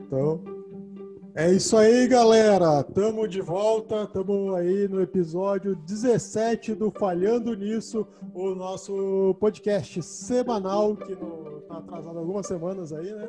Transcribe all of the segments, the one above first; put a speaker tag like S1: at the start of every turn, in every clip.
S1: Então, é isso aí, galera. Tamo de volta, tamo aí no episódio 17 do Falhando Nisso, o nosso podcast semanal, que no- tá atrasado algumas semanas aí, né?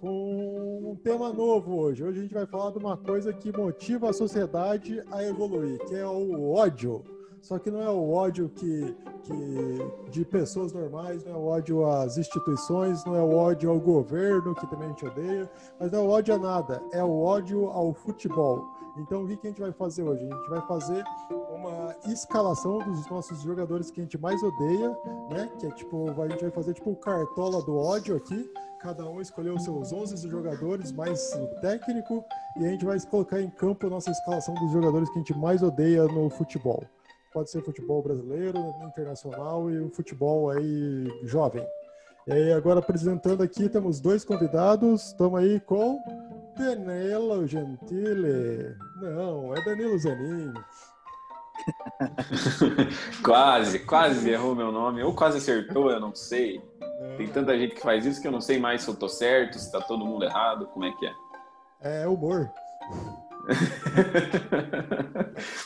S1: Com um tema novo hoje. Hoje a gente vai falar de uma coisa que motiva a sociedade a evoluir, que é o ódio. Só que não é o ódio que, que de pessoas normais, não é o ódio às instituições, não é o ódio ao governo, que também a gente odeia, mas não é o ódio a nada, é o ódio ao futebol. Então, o que que a gente vai fazer hoje? A gente vai fazer uma escalação dos nossos jogadores que a gente mais odeia, né? Que é tipo, vai- a gente vai fazer tipo o cartola do ódio aqui. Cada um escolheu os seus 11 jogadores, mais o técnico, e a gente vai colocar em campo a nossa escalação dos jogadores que a gente mais odeia no futebol pode ser futebol brasileiro, internacional e o futebol aí jovem. E aí, agora apresentando aqui, temos dois convidados, estamos aí com Danilo Gentile. Não, é Danilo Zanin.
S2: Quase, quase errou meu nome, ou quase acertou, eu não sei. Tem
S1: É,
S2: tanta gente que faz isso que eu não sei mais se eu tô certo, se tá todo mundo errado, como é que é.
S1: É humor.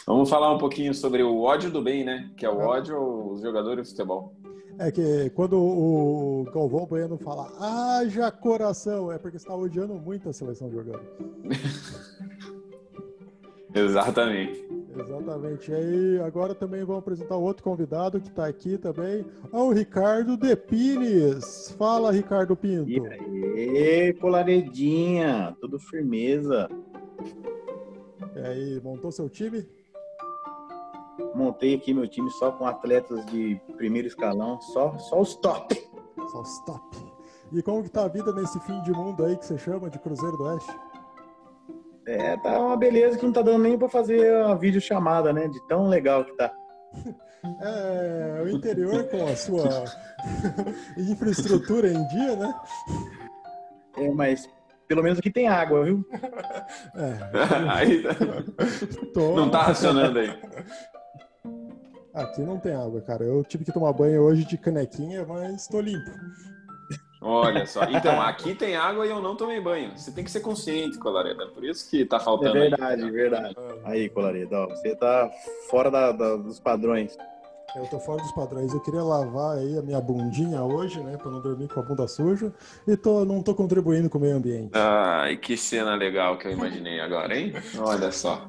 S2: Vamos falar um pouquinho sobre o ódio do bem, né? Que é o ódio aos jogadores de futebol.
S1: É que quando o Galvão Bueno fala haja coração, é porque está odiando muito a seleção jogando.
S2: Exatamente.
S1: Exatamente. E aí, agora também vamos apresentar o outro convidado que está aqui também, é o Ricardo De Pines. Fala, Ricardo Pinto.
S3: E aí, colaredinha, tudo firmeza.
S1: E aí, montou seu time?
S3: Montei aqui meu time só com atletas de primeiro escalão, só, só os top.
S1: Só os top. E como que tá a vida nesse fim de mundo aí que você chama de Cruzeiro do Oeste?
S3: É, tá uma beleza que não tá dando nem pra fazer uma videochamada, né? De tão legal que tá.
S1: É, o interior com a sua infraestrutura em dia, né?
S3: É, mas pelo menos aqui tem água, viu?
S1: É,
S2: Aí, tá-
S1: tô...
S2: não tá racionando aí.
S1: Aqui não tem água, cara. Eu tive que tomar banho hoje de canequinha, mas tô limpo.
S2: Olha só. Então, aqui tem água e eu não tomei banho. Você tem que ser consciente, Colareda. Por isso que tá
S3: É
S2: faltando aí.
S3: verdade, verdade. Aí, colareda, ó, você tá fora da- da- dos padrões.
S1: Eu tô fora dos padrões. Eu queria lavar aí a minha bundinha hoje, né? Pra não dormir com a bunda suja. E tô, não tô contribuindo com o meio ambiente.
S2: Ai, que cena legal que eu imaginei agora, hein? Olha só.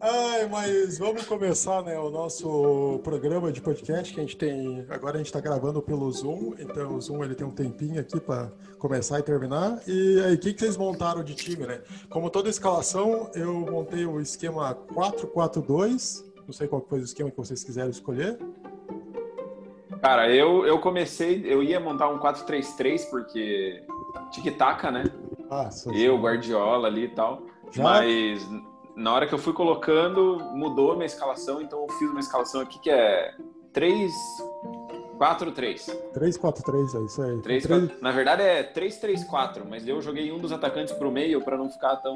S1: Ai, mas vamos começar, né, o nosso programa de podcast que a gente tem. Agora a gente está gravando pelo Zoom, então o Zoom ele tem um tempinho aqui para começar e terminar. E aí, o que, que vocês montaram de time, né? Como toda escalação, eu montei o esquema 4-4-2. Não sei qual que foi o esquema que vocês quiseram escolher.
S2: Cara, eu, eu comecei, eu ia montar um 4-3-3 porque tic-taca, né?
S1: Ah, só-
S2: Eu, Guardiola ali e tal.
S1: Já?
S2: Mas na hora que eu fui colocando, mudou a minha escalação, então eu fiz uma escalação aqui que é 3 4-3.
S1: 3-4-3, é isso aí.
S2: 3,
S1: Três-
S2: Na verdade é 3-3-4, mas eu joguei um dos atacantes pro meio pra não ficar tão,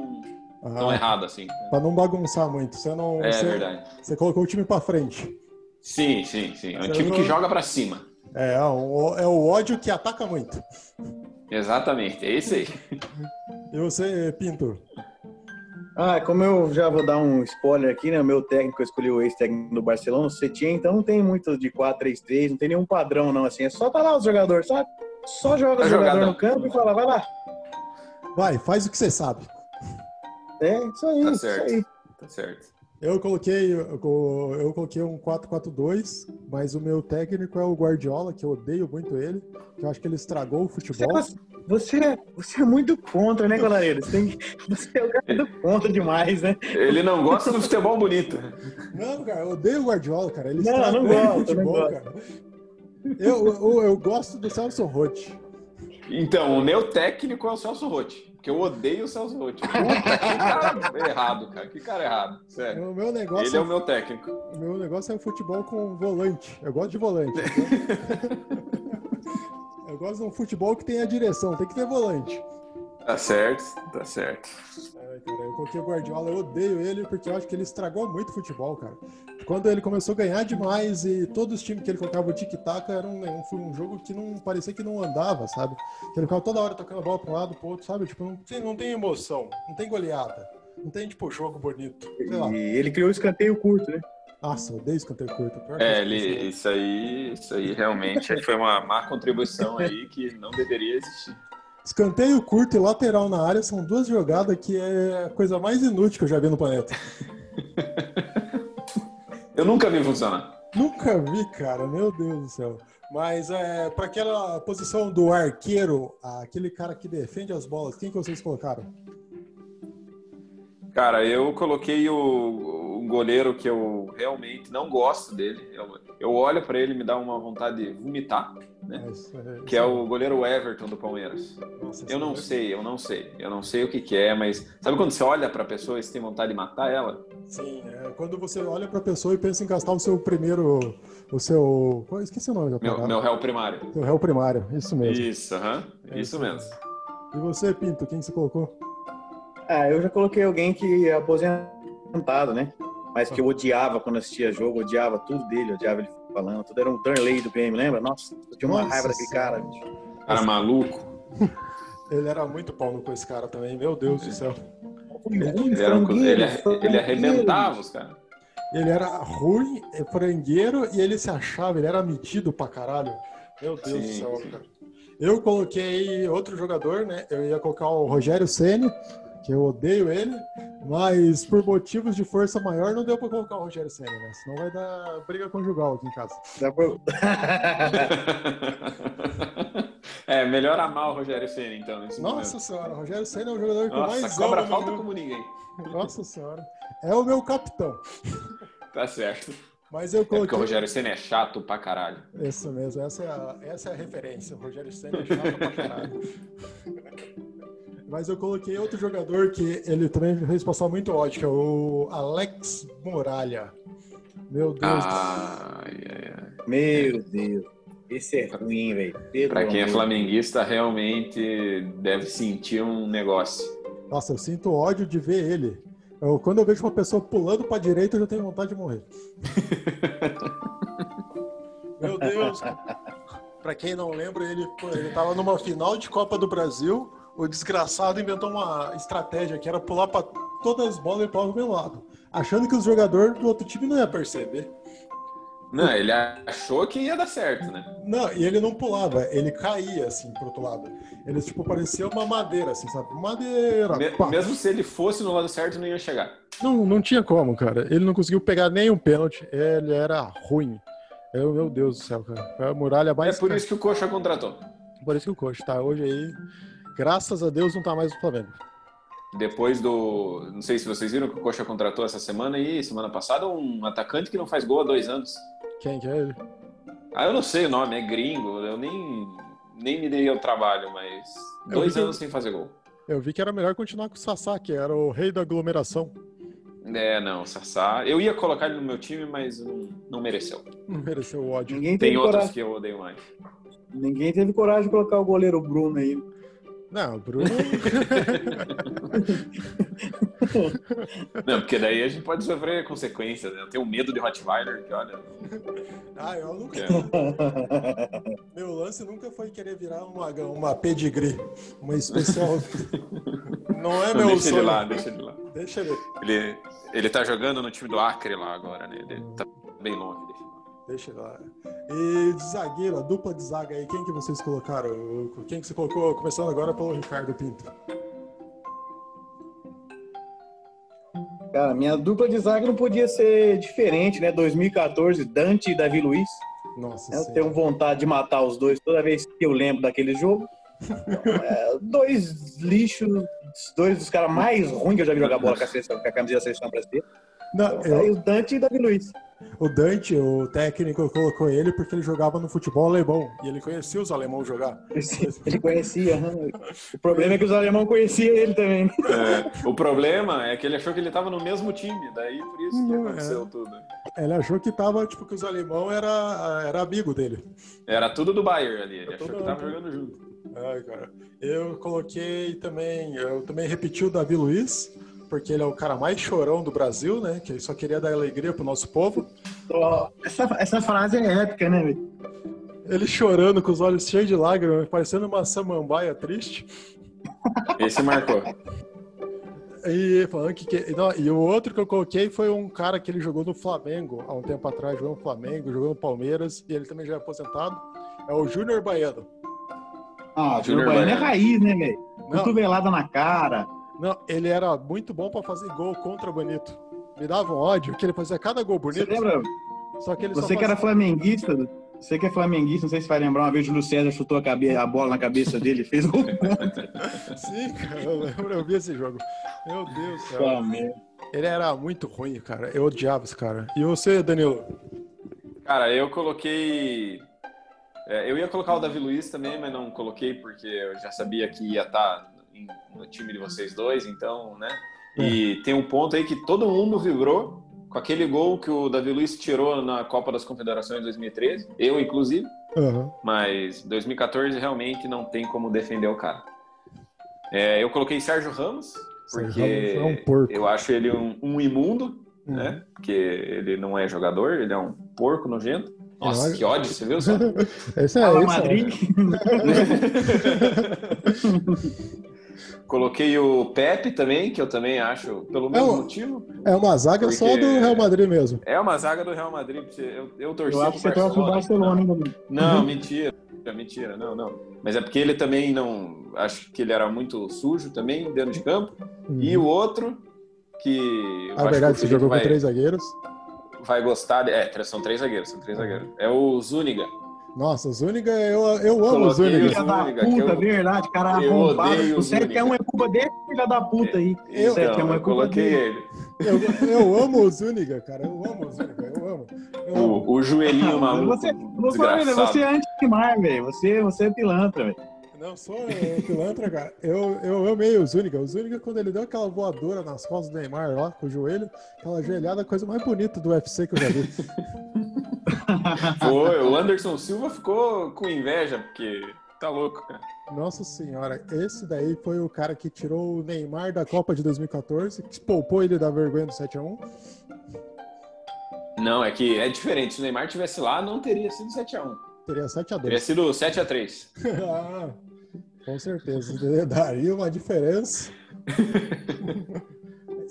S2: tão
S1: Ah,
S2: errado assim.
S1: pra não bagunçar muito. Você não.
S2: É
S1: você,
S2: verdade.
S1: você colocou o time pra frente.
S2: Sim, sim, sim. É um
S1: Você
S2: time que
S1: não-
S2: joga pra cima.
S1: É, é um- é o ódio que ataca muito.
S2: Exatamente, é isso aí.
S1: E você, Pinto?
S3: Ah, como eu já vou dar um spoiler aqui, né? O meu técnico, eu escolhi o ex-técnico do Barcelona, o Setien, então não tem muito de 4-3-3, não tem nenhum padrão, não, assim. É só tá lá os jogadores, sabe? Só joga
S2: Tá
S3: o jogador
S2: jogada.
S3: no campo e fala, vai lá.
S1: Vai, faz o que você sabe.
S3: É, isso aí,
S2: Tá
S3: isso
S2: certo.
S3: aí.
S2: Tá certo.
S1: Eu coloquei, eu co- eu coloquei um 4-4-2, mas o meu técnico é o Guardiola, que eu odeio muito ele, que eu acho que ele estragou o
S3: Você,
S1: futebol.
S3: você, é- você é muito contra, né, Colareiro? Você, tem- você é o cara do contra demais, né?
S2: Ele não gosta do futebol bonito.
S1: Não, cara, eu odeio o Guardiola, cara. Ele
S3: Não,
S1: estragou
S3: não gosto,
S1: o futebol,
S3: não gosto.
S1: cara. Eu, eu, eu gosto do Celso Roth.
S2: Então, o meu técnico é o Celso Rotti. Porque eu odeio o Celso Rotti. Puta, que cara errado, cara. Que cara errado. Sério.
S1: O meu negócio,
S2: Ele é o meu técnico.
S1: o meu negócio é o futebol com volante. Eu gosto de volante. eu gosto de um futebol que tem a direção, tem que ter volante.
S2: Tá certo, tá certo.
S1: Ai, cara, eu coloquei o Guardiola, eu odeio ele porque eu acho que ele estragou muito o futebol, cara. Quando ele começou a ganhar demais e todos os times que ele colocava o tic-tac era um, um, foi um jogo que não parecia que não andava, sabe? Que ele ficava toda hora tocando a bola para um lado, para outro, sabe? Tipo, não tem, não tem emoção, não tem goleada, não tem, tipo, jogo bonito. Sei lá.
S3: E ele criou o escanteio curto, né?
S1: Nossa, eu odeio escanteio curto. pior que
S2: É,
S1: eu esqueci.
S2: ele, isso aí, isso aí realmente foi uma má contribuição aí que não deveria existir.
S1: Escanteio curto e lateral na área são duas jogadas que é a coisa mais inútil que eu já vi no planeta.
S2: Eu nunca vi funcionar.
S1: Nunca vi, cara, meu Deus do céu. Mas é, para aquela posição do arqueiro, aquele cara que defende as bolas, quem que vocês colocaram?
S2: Cara, eu coloquei o, o goleiro que eu realmente não gosto dele. Eu, eu olho pra ele e me dá uma vontade de vomitar, né?
S1: Mas,
S2: Que é o goleiro Everton do Palmeiras.
S1: Nossa, esse
S2: Eu não
S1: goleiro-
S2: sei, eu não sei. Eu não sei o que que é, mas sabe quando você olha pra pessoa e você tem vontade de matar ela?
S1: Sim, é, quando você olha pra pessoa e pensa em gastar o seu primeiro. O seu. qual- Esqueci o nome da
S2: Meu,
S1: parada.
S2: meu réu primário.
S1: Seu réu primário, isso mesmo.
S2: Isso, aham.
S1: É
S2: Isso mesmo.
S1: E você, Pinto, quem que você colocou?
S3: Ah, eu já coloquei alguém que é aposentado, né? Mas que eu odiava quando assistia jogo, odiava tudo dele, odiava ele falando. Tudo era um Darley do PM, lembra? Nossa, eu tinha uma
S1: Nossa
S3: raiva daquele
S1: Senhora.
S3: cara. bicho.
S2: Cara maluco.
S1: Ele era muito pau no cu esse cara também, meu Deus do céu.
S2: Ele, era um-
S3: Franguinho,
S2: ele, ele
S3: franguinho.
S2: arrebentava os caras.
S1: Ele era ruim, é, frangueiro e ele se achava, ele era metido pra caralho. Meu Deus
S2: Sim,
S1: do céu,
S2: sim.
S1: cara. Eu coloquei outro jogador, né? Eu ia colocar o Rogério Ceni, que eu odeio ele, mas por motivos de força maior não deu pra colocar o Rogério Ceni, né? Senão vai dar briga conjugal aqui em casa.
S3: Dá pra-
S2: é, melhor amar o Rogério Ceni, então. Nesse
S1: Nossa senhora, o Rogério Ceni é o jogador que eu
S2: momento.
S1: mais
S2: Nossa cobra
S1: amo no
S2: falta
S1: mundo.
S2: como ninguém.
S1: Nossa senhora. É o meu capitão.
S2: Tá certo. É
S1: Mas eu
S2: porque o
S1: coloquei
S2: Rogério Ceni é chato pra caralho.
S1: Isso mesmo, essa é a, essa é a referência. O Rogério Senna é chato pra caralho. Mas eu coloquei outro jogador que ele também me fez passar muito ódio, que é o Alex Muralha. Meu Deus.
S2: Ah. Ai, ai, ai.
S3: Meu Deus. Esse é ruim, velho. Pelo
S2: Pra quem é
S3: amor.
S2: flamenguista, realmente deve sentir um negócio.
S1: Nossa, eu sinto ódio de ver ele. Eu- quando eu vejo uma pessoa pulando pra direita, eu já tenho vontade de morrer. Meu Deus. Pra quem não lembra, ele, pô, ele tava numa final de Copa do Brasil. O desgraçado inventou uma estratégia que era pular pra todas as bolas e pular pro meu lado. Achando que os jogadores do outro time não ia perceber.
S2: Não, ele achou que ia dar certo, né?
S1: Não, e ele não pulava, ele caía assim pro outro lado. Ele tipo parecia uma madeira, assim, sabe? Madeira.
S2: Me-
S1: pá.
S2: mesmo se ele fosse no lado certo, não ia chegar.
S1: Não, não tinha como, cara. Ele não conseguiu pegar nenhum pênalti. Ele era ruim. Eu, meu Deus do céu, cara. Foi a muralha
S2: É
S1: mais.
S2: por isso que o Coxa contratou.
S1: por isso que o coach tá hoje aí. Graças a Deus não tá mais no Flamengo.
S2: Depois do. Não sei se vocês viram que o Coxa contratou essa semana e semana passada um atacante que não faz gol há dois anos.
S1: Quem que é ele?
S2: Ah, eu não sei o nome, é gringo, eu nem, nem me dei ao trabalho, mas.
S1: Eu vi
S2: Dois
S1: que-
S2: anos sem fazer gol.
S1: Eu vi que era melhor continuar com o Sassá, que era o rei da aglomeração.
S2: É, não, Sassá. Eu ia colocar ele no meu time, mas não, não mereceu.
S1: Não mereceu o ódio.
S3: Ninguém teve,
S2: Tem outros
S3: coragem,
S2: que eu odeio mais.
S3: ninguém teve coragem de colocar o goleiro Bruno aí.
S1: Não, o Bruno.
S2: Não, porque daí a gente pode sofrer consequências, né? Eu tenho medo de Rottweiler, que olha.
S1: ah, eu nunca.
S2: É.
S1: Meu lance nunca foi querer virar uma, uma pedigree, uma especial. não é meu
S2: Não, deixa ele
S1: sonho.
S2: lá, deixa ele lá.
S1: Deixa ele.
S2: Ele, ele tá jogando no time do Acre lá agora, né? Ele tá bem longe, deixa ele lá.
S1: Deixa eu lá. E de zagueiro, a dupla de zaga aí, quem que vocês colocaram? Quem que você colocou? Começando agora pelo Ricardo Pinto.
S3: Cara, minha dupla de zaga não podia ser diferente, né? 2014, Dante e Davi Luiz.
S1: Nossa
S3: Eu
S1: Senhora.
S3: tenho vontade de matar os dois toda vez que eu lembro daquele jogo. Então, é, dois lixos, dois dos caras mais ruins que eu já vi jogar bola com a, seleção, com a camisa da seleção brasileira.
S1: Não,
S3: Aí
S1: eu-
S3: o Dante e Davi Luiz.
S1: o Dante, o técnico, colocou ele porque ele jogava no futebol alemão e ele conhecia os alemãos jogar.
S3: Ele conhecia. né? O problema é que os alemães conheciam ele também. né?
S2: É, o problema é que ele achou que ele tava no mesmo time, daí por isso que
S1: Não, é.
S2: aconteceu tudo.
S1: Ele achou que tava, tipo, que os alemão era, era amigo dele.
S2: Era tudo do Bayern ali, ele achou
S1: tudo
S2: que tava
S1: bem.
S2: jogando junto.
S1: Ai, cara. Eu coloquei também, eu também repeti o Davi Luiz, porque ele é o cara mais chorão do Brasil, né? Que ele só queria dar alegria pro nosso povo.
S3: só. Essa, essa frase é épica, né, velho?
S1: Ele chorando com os olhos cheios de lágrimas, parecendo uma samambaia triste.
S2: Esse marcou.
S1: E falando que, que- não, e o outro que eu coloquei foi um cara que ele jogou no Flamengo há um tempo atrás, jogou no Flamengo, jogou no Palmeiras e ele também já é aposentado. É o Júnior Baiano.
S3: Ah,
S2: Júnior
S3: Júnior Baiano é
S2: Baiano.
S3: raiz, né, velho?
S1: Não,
S3: Cotovelada na cara.
S1: não, ele era muito bom pra fazer gol contra o Bonito. Me dava um ódio que ele fazia cada gol
S3: Você
S1: bonito.
S3: lembra?
S1: Só que ele só
S3: Você que
S1: fazia-
S3: era flamenguista, você que é flamenguista, não sei se vai lembrar, uma vez o Júlio César chutou a, cabe- a bola na cabeça dele e fez um gol.
S1: Sim, cara, eu lembro, eu vi esse jogo. Meu Deus, cara.
S3: Flamengo.
S1: Ele era muito ruim, cara. Eu odiava esse cara. E você, Danilo?
S2: Cara, eu coloquei. é, eu ia colocar o Davi Luiz também, mas não coloquei porque eu já sabia que ia estar em- no time de vocês dois, então, né? E tem um ponto aí que todo mundo vibrou com aquele gol que o Davi Luiz tirou na Copa das Confederações de 2013, eu inclusive, mas 2014 realmente não tem como defender o cara. É, eu coloquei Sérgio Ramos,
S1: Sérgio
S2: porque
S1: Ramos é um porco.
S2: eu acho ele um- um imundo, né? Porque ele não é jogador, ele é um porco nojento. Nossa,
S1: Olha.
S2: que ódio, você viu só?
S1: Esse é,
S3: Fala,
S1: esse
S3: Madrid.
S2: Coloquei o Pepe também, que eu também acho, pelo mesmo motivo.
S1: é, é uma zaga só
S2: Porque-
S1: do Real Madrid mesmo.
S2: É uma zaga do Real Madrid, porque eu, eu torci
S3: Eu acho que você
S2: pro
S3: torce pro Barcelona, hein, Danilo?
S2: Não, não, mentira, mentira, não, não. Mas é porque ele também não... Acho que ele era muito sujo também, dentro de campo.
S3: Uhum.
S2: E o outro, que...
S3: Ah,
S2: eu acho
S1: a
S2: que
S1: verdade,
S2: o
S1: você
S2: Felipe
S1: jogou
S2: vai,
S1: com três zagueiros.
S2: Vai gostar... de- É, são três zagueiros, são
S3: Uhum.
S2: três zagueiros. É o Zúñiga.
S1: Nossa, o Zúñiga, eu, eu amo o
S2: Coloquei
S1: Zúñiga.
S2: o
S3: Filha da
S2: Zúñiga, que
S3: puta, é
S2: eu-
S3: verdade, cara
S2: eu odeio
S3: arrombado.
S2: o
S3: O 7 é
S2: Zúñiga.
S3: um é culpa dele, filha da puta aí.
S1: Eu-
S3: o 7 é
S2: Então,
S3: um é
S2: eu
S3: culpa
S2: coloquei
S3: dele.
S2: ele.
S1: Eu, eu amo o Zúñiga, cara. Eu amo o Zúñiga, eu amo. Eu amo.
S2: O, o joelhinho
S3: Não,
S2: maluco.
S3: Você, você, olha, você é anti-Neymar, velho. Você, você é pilantra, velho.
S1: Não, sou é, pilantra, cara. Eu, eu amei o Zúñiga. O Zúñiga, quando ele deu aquela voadora nas costas do Neymar lá, com o joelho, aquela joelhada, a coisa mais bonita do UFC que eu já vi.
S2: Foi, o Anderson Silva ficou com inveja, porque tá louco, cara.
S1: Nossa senhora, esse daí foi o cara que tirou o Neymar da Copa de 2014, que poupou ele da vergonha do 7x1.
S2: Não, é que é diferente. Se o Neymar tivesse lá, não teria sido 7x1.
S1: Teria 7x2.
S2: Teria sido 7x3.
S1: Ah, com certeza. Daria uma diferença.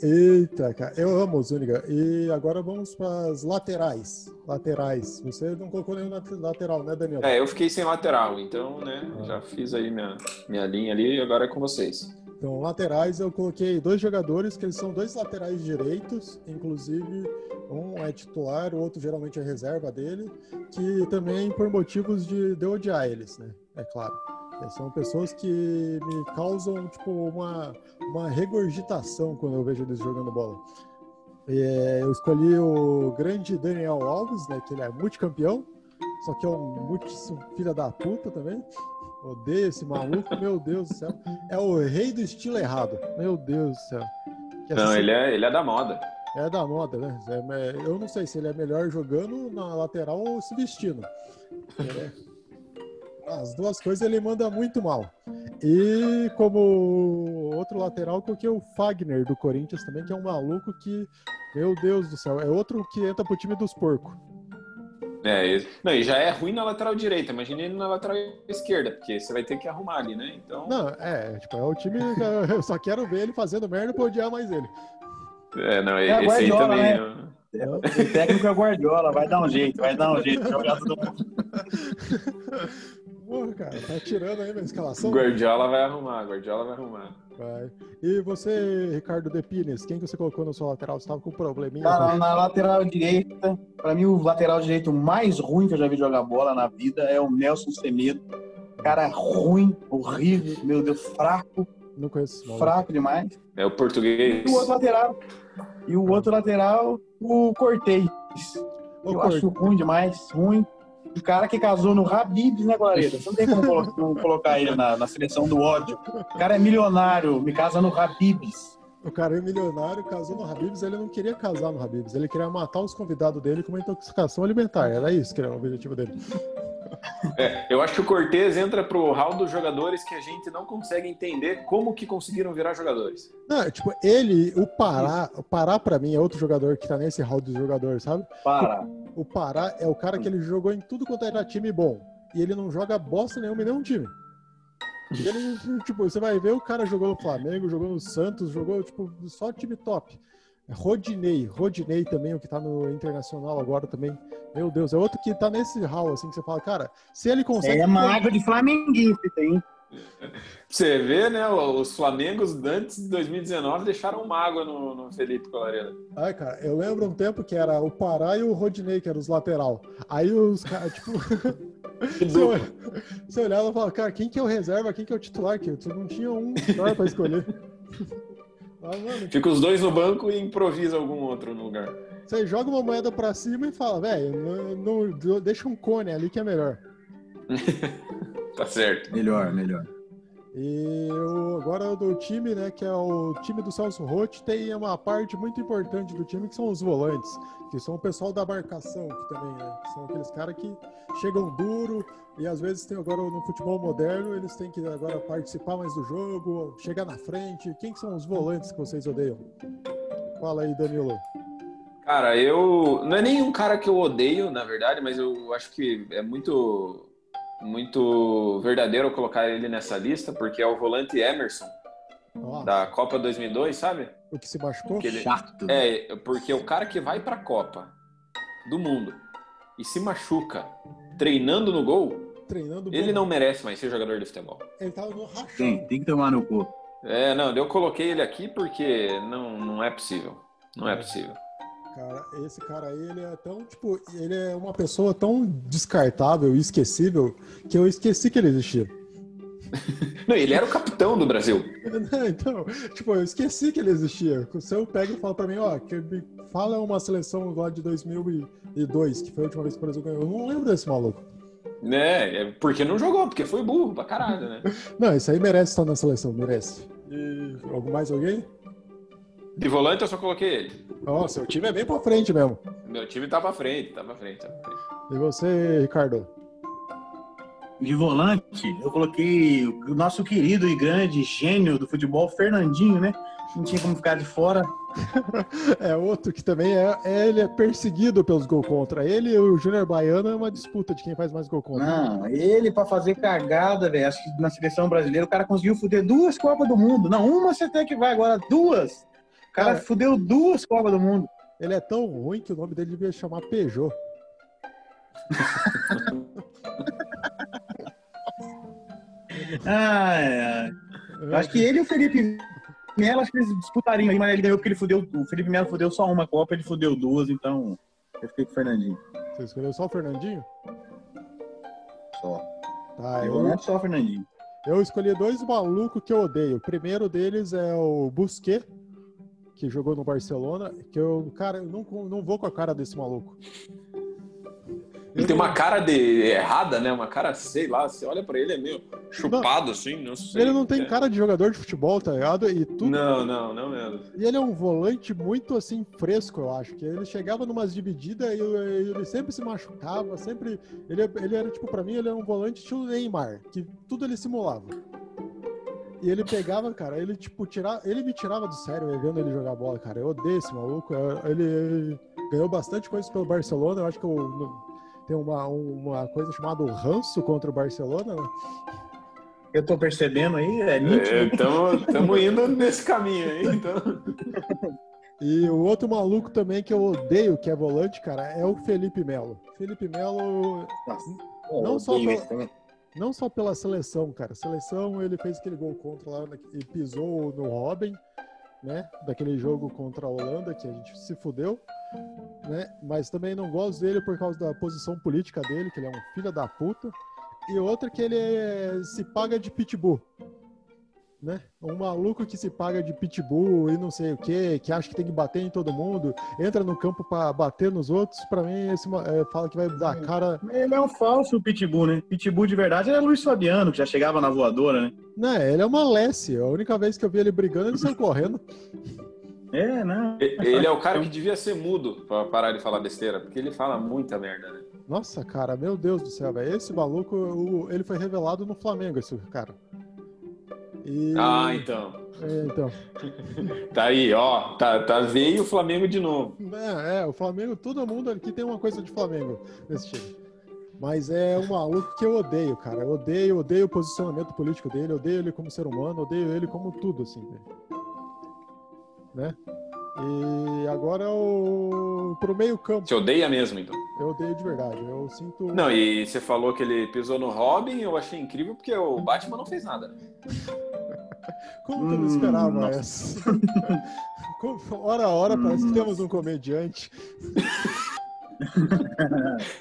S1: Eita, cara. Eu amo o Zúñiga. E agora vamos para as laterais. Laterais. Você não colocou nenhum late- lateral, né, Daniel?
S2: É, eu fiquei sem lateral, então, né,
S3: Ah.
S2: já fiz aí minha, minha linha ali e agora é com vocês.
S1: Então, laterais, eu coloquei dois jogadores que eles são dois laterais direitos, inclusive um é titular, o outro geralmente é reserva dele, que também é por motivos de, de eu odiar eles, né? É claro. É, São pessoas que me causam, tipo, uma, uma regurgitação quando eu vejo eles jogando bola. É, eu escolhi o grande Daniel Alves, né? Que ele é multicampeão, só que é um multis- filha da puta também. Odeio esse maluco, meu Deus do céu. É o rei do estilo errado. Meu Deus do céu. Que
S3: assim.
S2: Não,
S1: essa-
S2: ele é, ele é da moda.
S1: é da moda, né? É me- Eu não sei se ele é melhor jogando na lateral ou se vestindo. É. As duas coisas ele manda muito mal. E como outro lateral, eu coloquei o Fagner do Corinthians também, que é um maluco que, meu Deus do céu, é outro que entra pro time dos porcos.
S2: É, ele- não, e já é ruim na lateral direita, imagina ele na lateral esquerda, porque você vai ter que arrumar ali, né? Então,
S1: Não, é, tipo, é o time que eu só quero ver ele fazendo merda pra odiar mais ele.
S2: é, não,
S3: É,
S2: esse aí
S3: Guardiola,
S2: também.
S3: né?
S2: eu-
S3: O técnico é o Guardiola, vai dar um jeito, vai dar um jeito. Jogar todo mundo.
S1: Porra, cara, tá tirando aí minha escalação.
S2: Guardiola vai arrumar, Guardiola vai arrumar.
S1: Vai. E você, Ricardo De Pines, quem que você colocou na sua lateral? Você tava com um probleminha.
S3: Cara, na lateral direita, pra mim o lateral direito mais ruim que eu já vi jogar bola na vida é o Nelson Semedo. Cara ruim, horrível, meu Deus, fraco,
S1: Não conheço esse maluco.
S3: fraco demais.
S2: É o português.
S3: E o outro lateral. E o outro lateral, o Cortez.
S1: Ô,
S3: Eu
S1: Cor-
S3: acho ruim demais, ruim. O cara que casou no Habib, né, Guareda? Você não tem como colo- não colocar ele na, na seleção do ódio. O cara é milionário, me casa no Habibs.
S1: O cara é milionário, casou no Habibs, ele não queria casar no Habibs, ele queria matar os convidados dele com uma intoxicação alimentar. Era isso que era o objetivo dele.
S2: É, eu acho que o Cortez entra pro hall dos jogadores que a gente não consegue entender como que conseguiram virar jogadores.
S1: Não, tipo, ele, o Pará, o Pará pra mim é outro jogador que tá nesse hall dos jogadores, sabe?
S3: Para.
S1: O Pará é o cara que ele jogou em tudo quanto era time bom. E ele não joga bosta nenhuma em nenhum time. E ele, tipo, você vai ver o cara jogou no Flamengo, jogou no Santos, jogou, tipo, só time top. É Rodinei, Rodinei também, o que tá no Internacional agora também. Meu Deus, é outro que tá nesse hall, assim, que você fala, cara, se ele consegue.
S4: É uma água de flamenguista, hein?
S2: Você vê, né? Os Flamengos antes de 2019 deixaram uma água no, no Felipe Colarela.
S1: Ai, cara, eu lembro um tempo que era o Pará e o Rodinei, que eram os lateral. Aí os caras, tipo. você, você olhava e falava, cara, quem que é o reserva, quem que é o titular? Que tu não tinha um titular pra escolher. Mas, mano,
S2: Fica os dois no banco e improvisa algum outro no lugar.
S1: você joga uma moeda pra cima e fala, velho, não- não- deixa um cone ali que é melhor.
S2: Tá certo.
S3: Melhor, melhor.
S1: E o- agora do time, né, que é o time do Celso Roth, tem uma parte muito importante do time que são os volantes, que são o pessoal da marcação, que também né, que são aqueles caras que chegam duro e às vezes tem agora no futebol moderno, eles têm que agora participar mais do jogo, chegar na frente. Quem que são os volantes que vocês odeiam? Fala aí, Danilo.
S2: Cara, eu. Não é nenhum cara que eu odeio, na verdade, mas eu acho que é muito. Muito verdadeiro eu colocar ele nessa lista, porque é o volante Emerson,
S1: Ó,
S2: da Copa 2002, sabe?
S1: o que se machucou?
S2: Que ele-
S4: Chato.
S2: É, porque o cara que vai pra Copa do Mundo e se machuca treinando no gol,
S1: Treinando
S2: ele
S1: bola.
S2: não Hum. merece mais ser jogador de futebol.
S1: Ele tava no rachão.
S3: Tem, tem que tomar no cu.
S2: É, não, eu coloquei ele aqui porque não, não é possível. Não é possível.
S1: Cara, esse cara aí, ele é tão, tipo, ele é uma pessoa tão descartável e esquecível que eu esqueci que ele existia.
S2: Não, ele era o capitão do Brasil.
S1: então, tipo, eu esqueci que ele existia. Se eu pego e falo pra mim, ó, que me fala uma seleção lá de 2002, que foi a última vez que o Brasil ganhou, eu não lembro desse maluco.
S2: Né? É porque não jogou, porque foi burro pra caralho, né?
S1: Não, esse aí merece estar na seleção, merece. E algum mais alguém?
S2: De volante eu só coloquei ele.
S1: Ó, seu time é bem pra frente mesmo.
S2: Meu time tá pra frente, tá pra frente, tá pra frente.
S1: E você, Ricardo?
S3: De volante, eu coloquei o nosso querido e grande gênio do futebol, Fernandinho, né? Não tinha como ficar de fora.
S1: É outro que também é, é- ele é perseguido pelos gol contra. Ele e o Júnior Baiano é uma disputa de quem faz mais gol contra.
S3: Não, ele pra fazer cagada, velho. Acho que na seleção brasileira o cara conseguiu fuder duas Copas do Mundo. Não, uma você tem que vai, agora duas. O cara
S1: Cara.
S3: fudeu duas Copas do Mundo.
S1: Ele é tão ruim que o nome dele devia chamar Peugeot.
S3: Ai, ai. Eu acho que ele e o Felipe Melo, acho que eles disputariam aí, mas ele ganhou porque ele fudeu. O Felipe Melo fudeu só uma Copa, ele fudeu duas, então eu fiquei com o Fernandinho.
S1: Você escolheu só o Fernandinho?
S3: Só.
S1: Tá,
S3: eu
S1: eu,
S3: não só o Fernandinho.
S1: eu escolhi dois malucos que eu odeio. O primeiro deles é o Busquet, que jogou no Barcelona. Que eu, cara, eu não, não vou com a cara desse maluco.
S2: Ele tem uma cara de errada, né? Uma cara, sei lá, você olha pra ele, é meio chupado, assim, não sei.
S1: Ele não tem
S2: É.
S1: cara de jogador de futebol, tá ligado? E tudo
S2: Não, não, não mesmo.
S1: E ele é um volante muito assim fresco, eu acho. Que ele chegava numas divididas e e ele sempre se machucava, sempre. Ele, ele era tipo pra mim, ele era um volante estilo Neymar, que tudo ele simulava. E ele pegava, cara, ele tipo tirava, ele me tirava do sério eu vendo ele jogar bola, cara. Eu odeio esse maluco. Eu- Ele ganhou bastante coisa pelo Barcelona. Eu acho que eu, não- tem uma, uma coisa chamada o ranço contra o Barcelona, né?
S3: Eu tô percebendo aí, é nítido.
S2: Estamos então, indo nesse caminho aí, então.
S1: E o outro maluco também que eu odeio, que é volante, cara, é o Felipe Melo. Felipe Melo,
S3: Tá. Pô,
S1: Não só
S3: odeio
S1: pelo-
S3: esse também.
S1: não só pela seleção, cara. Seleção, ele fez aquele gol contra lá na- e pisou no Robin, né? Daquele jogo contra a Holanda que a gente se fudeu, né? Mas também não gosto dele por causa da posição política dele, que ele é um filho da puta. E outra que ele é- se paga de pitbull. Né? Um maluco que se paga de pitbull e não sei o que, que acha que tem que bater em todo mundo, entra no campo pra bater nos outros. Pra mim, esse ma- é, fala que vai dar a cara
S3: Ele é um falso Pitbull, né? Pitbull de verdade era Luiz Fabiano, que já chegava na voadora, né?
S1: Não, ele é uma Lessie. A única vez que eu vi ele brigando, ele saiu correndo.
S3: É, né?
S2: Ele é o cara que devia ser mudo pra parar de falar besteira, porque ele fala muita merda, né?
S1: Nossa, cara, meu Deus do céu, velho. Esse maluco, o- ele foi revelado no Flamengo, esse cara. E-
S2: Ah, então.
S1: é, então.
S2: Tá aí, ó. Tá, tá veio o Flamengo de novo.
S1: É, é, o Flamengo, todo mundo aqui tem uma coisa de Flamengo nesse time. Mas é um maluco que eu odeio, cara. Eu odeio, odeio o posicionamento político dele, odeio ele como ser humano, odeio ele como tudo, assim. Né? E agora o... pro meio campo,
S2: Te odeia mesmo, então.
S1: eu odeio de verdade. Eu sinto.
S2: Não, e você falou que ele pisou no Robin, eu achei incrível porque o Batman não fez nada. né?
S1: Como que eu não
S3: Hum,
S1: esperava
S3: nossa.
S1: essa? Como- Hora a hora, parece que temos um comediante.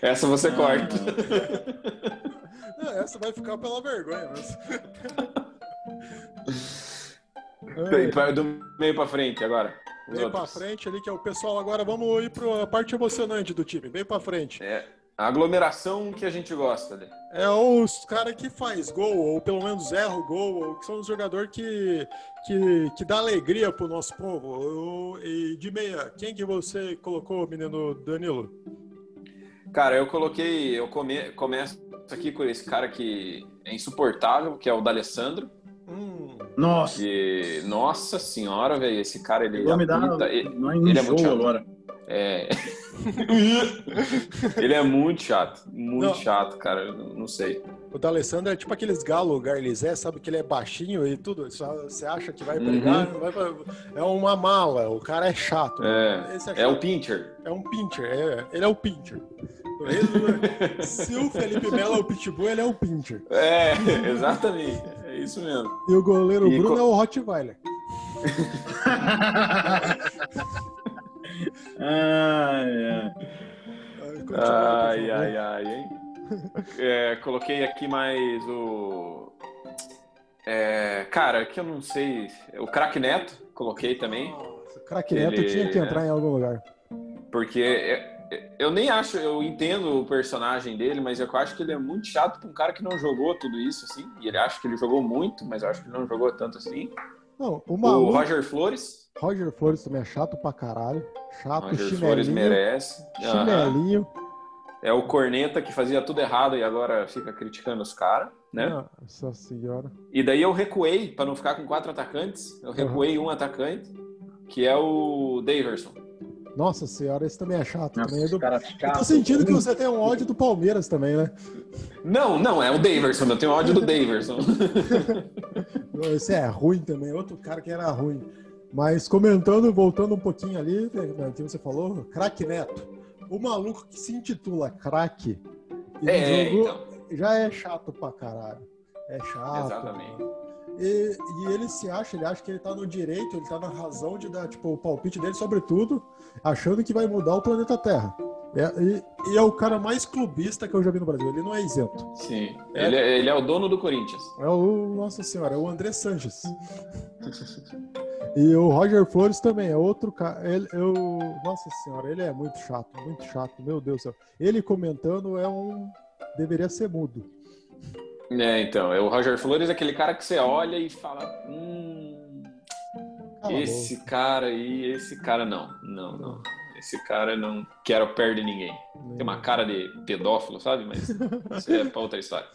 S2: Essa você corta.
S1: Não, essa vai ficar pela vergonha, mas.
S2: Tem- pra- Do meio pra frente agora. Os
S1: Bem pra
S2: outros.
S1: frente ali, que é o pessoal. Agora vamos ir para a parte emocionante do time. Bem pra frente.
S2: É, a aglomeração que a gente gosta. né?
S1: É os caras que faz gol, ou pelo menos erra o gol, ou que são os jogadores que, que, que dá alegria pro nosso povo. Eu- e de meia, quem que você colocou, menino Danilo?
S2: Cara, eu coloquei. Eu come- começo aqui com esse cara que é insuportável, que é o D'Alessandro.
S1: Hum,
S3: Nossa,
S2: E, nossa senhora, velho, esse cara, ele
S3: vou me dar.
S2: apita, e-
S3: Não,
S2: ele é
S3: enjoa
S2: muito chato.
S3: agora.
S2: é... ele é muito chato, muito
S1: Não.
S2: chato, cara, eu não sei.
S1: o D'Alessandro é tipo aqueles galo garlizé, sabe que ele é baixinho e tudo. só- Você acha que vai
S2: Uhum.
S1: brigar, não vai pra- é uma mala, o cara é chato.
S2: É,
S1: Esse
S2: é o Pincher.
S1: É um pincher, é, ele é o pincher. Ele- se o Felipe Melo é o pitbull, ele é o pincher.
S2: É, exatamente, é isso mesmo.
S1: E o goleiro
S2: E
S1: Bruno
S2: co-
S1: é o Rottweiler.
S3: ai, ai.
S2: Ai, ai, ai, hein? É, coloquei aqui mais o... É, cara, que eu não sei, o Crack Neto, coloquei também.
S1: Nossa, craque Neto
S2: Ele- é-
S1: tinha que entrar em algum lugar. Ah.
S2: Porque é- é- eu nem acho, eu entendo o personagem dele, mas eu acho que ele é muito chato pra um cara que não jogou tudo isso, assim. E ele acha que ele jogou muito, mas eu acho que ele não jogou tanto assim.
S1: Não, o
S2: o
S1: maluco, Roger...
S2: Roger Flores.
S1: Flores também é chato pra caralho. Chato,
S2: Roger Flores
S1: chinelinho.
S2: merece. Ah, Aham.
S1: Chinelinho.
S2: É o Corneta que fazia tudo errado e agora fica criticando os caras, né?
S1: Nossa senhora.
S2: E daí eu recuei, pra não ficar com quatro atacantes, eu recuei um atacante, que é o Daverson.
S1: Nossa senhora, esse também é chato. também é
S3: Nossa,
S1: do...
S3: cara
S1: Eu
S3: chato.
S1: tô sentindo que
S3: Hum.
S1: você tem um ódio do Palmeiras também, né?
S2: Não, não, é o Daverson, eu tenho ódio do Daverson.
S1: Esse é ruim também, outro cara que era ruim. Mas comentando, voltando um pouquinho ali, né, que você falou, craque Neto. O maluco que se intitula craque e no
S2: é,
S1: jogo
S2: então.
S1: já é chato pra caralho. É chato.
S2: Exatamente.
S1: E, e ele se acha, ele acha que ele tá no direito, ele tá na razão de dar tipo, o palpite dele sobre tudo, achando que vai mudar o planeta Terra. É- e, e é o cara mais clubista que eu já vi no Brasil. Ele não é isento.
S2: Sim.
S1: É.
S2: Ele, é- ele é o dono do Corinthians.
S1: É o, nossa senhora, é o André Sanches. e o Roger Flores também, é outro cara. Ele, eu, nossa senhora, ele é muito chato, muito chato, meu Deus do céu. Ele comentando é um. deveria ser mudo.
S2: É, então. é O Roger Flores é aquele cara que você olha e fala: Hum,
S1: Cala a boca.
S2: esse cara aí, esse cara não. Não, não. Esse cara não quero perder ninguém.
S1: né?
S2: Tem é uma cara de pedófilo, sabe? Mas isso é pra outra história.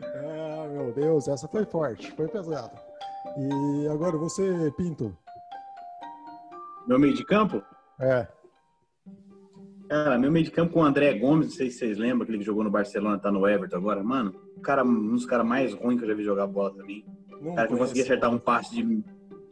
S1: Ah, meu Deus, essa foi forte, foi pesada. E agora você, Pinto.
S3: Meu meio de campo?
S1: É.
S3: Cara, meu meio de campo com o André Gomes, não sei se vocês lembram, aquele que jogou no Barcelona, tá no Everton agora, mano. o Cara, um dos caras mais ruins que eu já vi jogar bola também.
S1: Não
S3: Cara que não
S1: conheço.
S3: conseguia acertar um passe de,